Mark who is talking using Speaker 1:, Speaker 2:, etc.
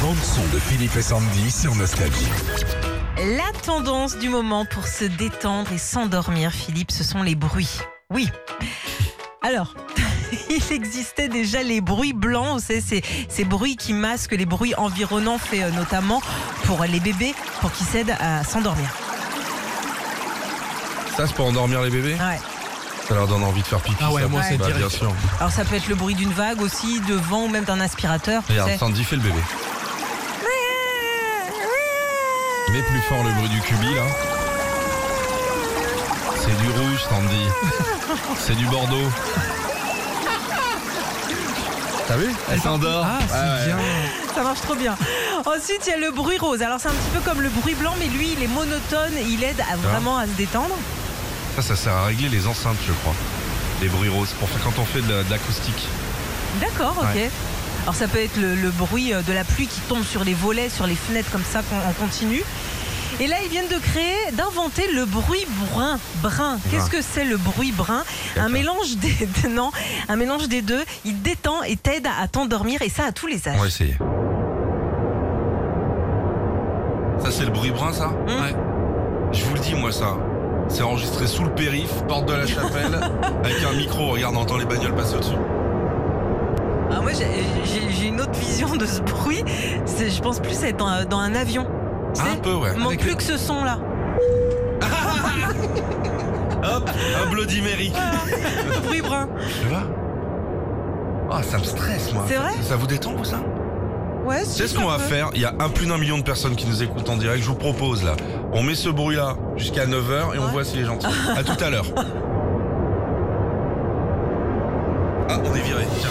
Speaker 1: bande son de Philippe et Sandy sur Nostalgie.
Speaker 2: La tendance du moment pour se détendre et s'endormir, Philippe, ce sont les bruits. Oui. Alors, il existait déjà les bruits blancs, c'est ces, ces bruits qui masquent les bruits environnants faits euh, notamment pour les bébés, pour qu'ils s'aident à s'endormir.
Speaker 3: Ça, c'est pour endormir les bébés
Speaker 2: Ouais.
Speaker 3: Ça leur donne envie de faire pipi.
Speaker 4: Ah ouais,
Speaker 3: ça.
Speaker 4: moi,
Speaker 2: c'est
Speaker 3: Bah,
Speaker 4: direct.
Speaker 3: Bien sûr.
Speaker 2: Alors ça peut être le bruit d'une vague aussi, de vent ou même d'un aspirateur. tu
Speaker 3: Regarde,
Speaker 2: sais.
Speaker 3: Sandy fait le bébé. Mais plus fort le bruit du cubi, là. C'est du rouge, Sandy. C'est du bordeaux. T'as vu Elle s'endort.
Speaker 4: Ah,
Speaker 1: Eh
Speaker 4: c'est
Speaker 3: Ouais, ouais.
Speaker 4: bien.
Speaker 2: Ça marche trop bien. Ensuite, il y a le bruit rose. Alors c'est un petit peu comme le bruit blanc, mais lui, il est monotone, il aide à vraiment à se détendre.
Speaker 3: Ça, ça sert à régler les enceintes, je crois. Les bruits roses, pour faire quand on fait de la- de l'acoustique.
Speaker 2: D'accord, ok. Alors ça peut être le, le bruit euh, de la pluie qui tombe sur les volets, sur les fenêtres comme ça qu'on on continue. Et là, ils viennent de créer, d'inventer le bruit brun. Brun. Qu'est-ce que c'est le bruit brun Un
Speaker 3: D'accord.
Speaker 2: mélange des des- non, un mélange des deux. Il détend et t'aide à, à t'endormir et ça à tous les âges.
Speaker 3: On va essayer. Ça, c'est le bruit brun, ça
Speaker 2: Hein
Speaker 4: Ouais.
Speaker 3: Je vous le dis, moi, ça. C'est enregistré sous le périph, porte de la chapelle, avec un micro. Regarde, on entend les bagnoles passer au-dessus.
Speaker 2: Ah, moi, j'ai- j'ai j'ai une autre vision de ce bruit. C'est- Je pense plus être dans, dans un avion. Tu
Speaker 3: Un
Speaker 2: sais,
Speaker 3: peu, ouais.
Speaker 2: il manque
Speaker 4: avec
Speaker 2: plus que ce son là.
Speaker 3: Hop, un Bloody Mary.
Speaker 2: Ah. bruit brun.
Speaker 3: Tu vois Ah, ça me stresse, moi.
Speaker 2: C'est vrai
Speaker 3: Ça vous détend, vous, ça
Speaker 2: Ouais,
Speaker 3: C'est ce qu'on va faire. Il y a un plus d'un million de personnes qui nous écoutent en direct. Je vous propose, là, on met ce bruit-là jusqu'à 9h et on
Speaker 2: Ouais.
Speaker 3: voit si les gens tiennent. À tout à l'heure. Ah, on est viré. Tiens.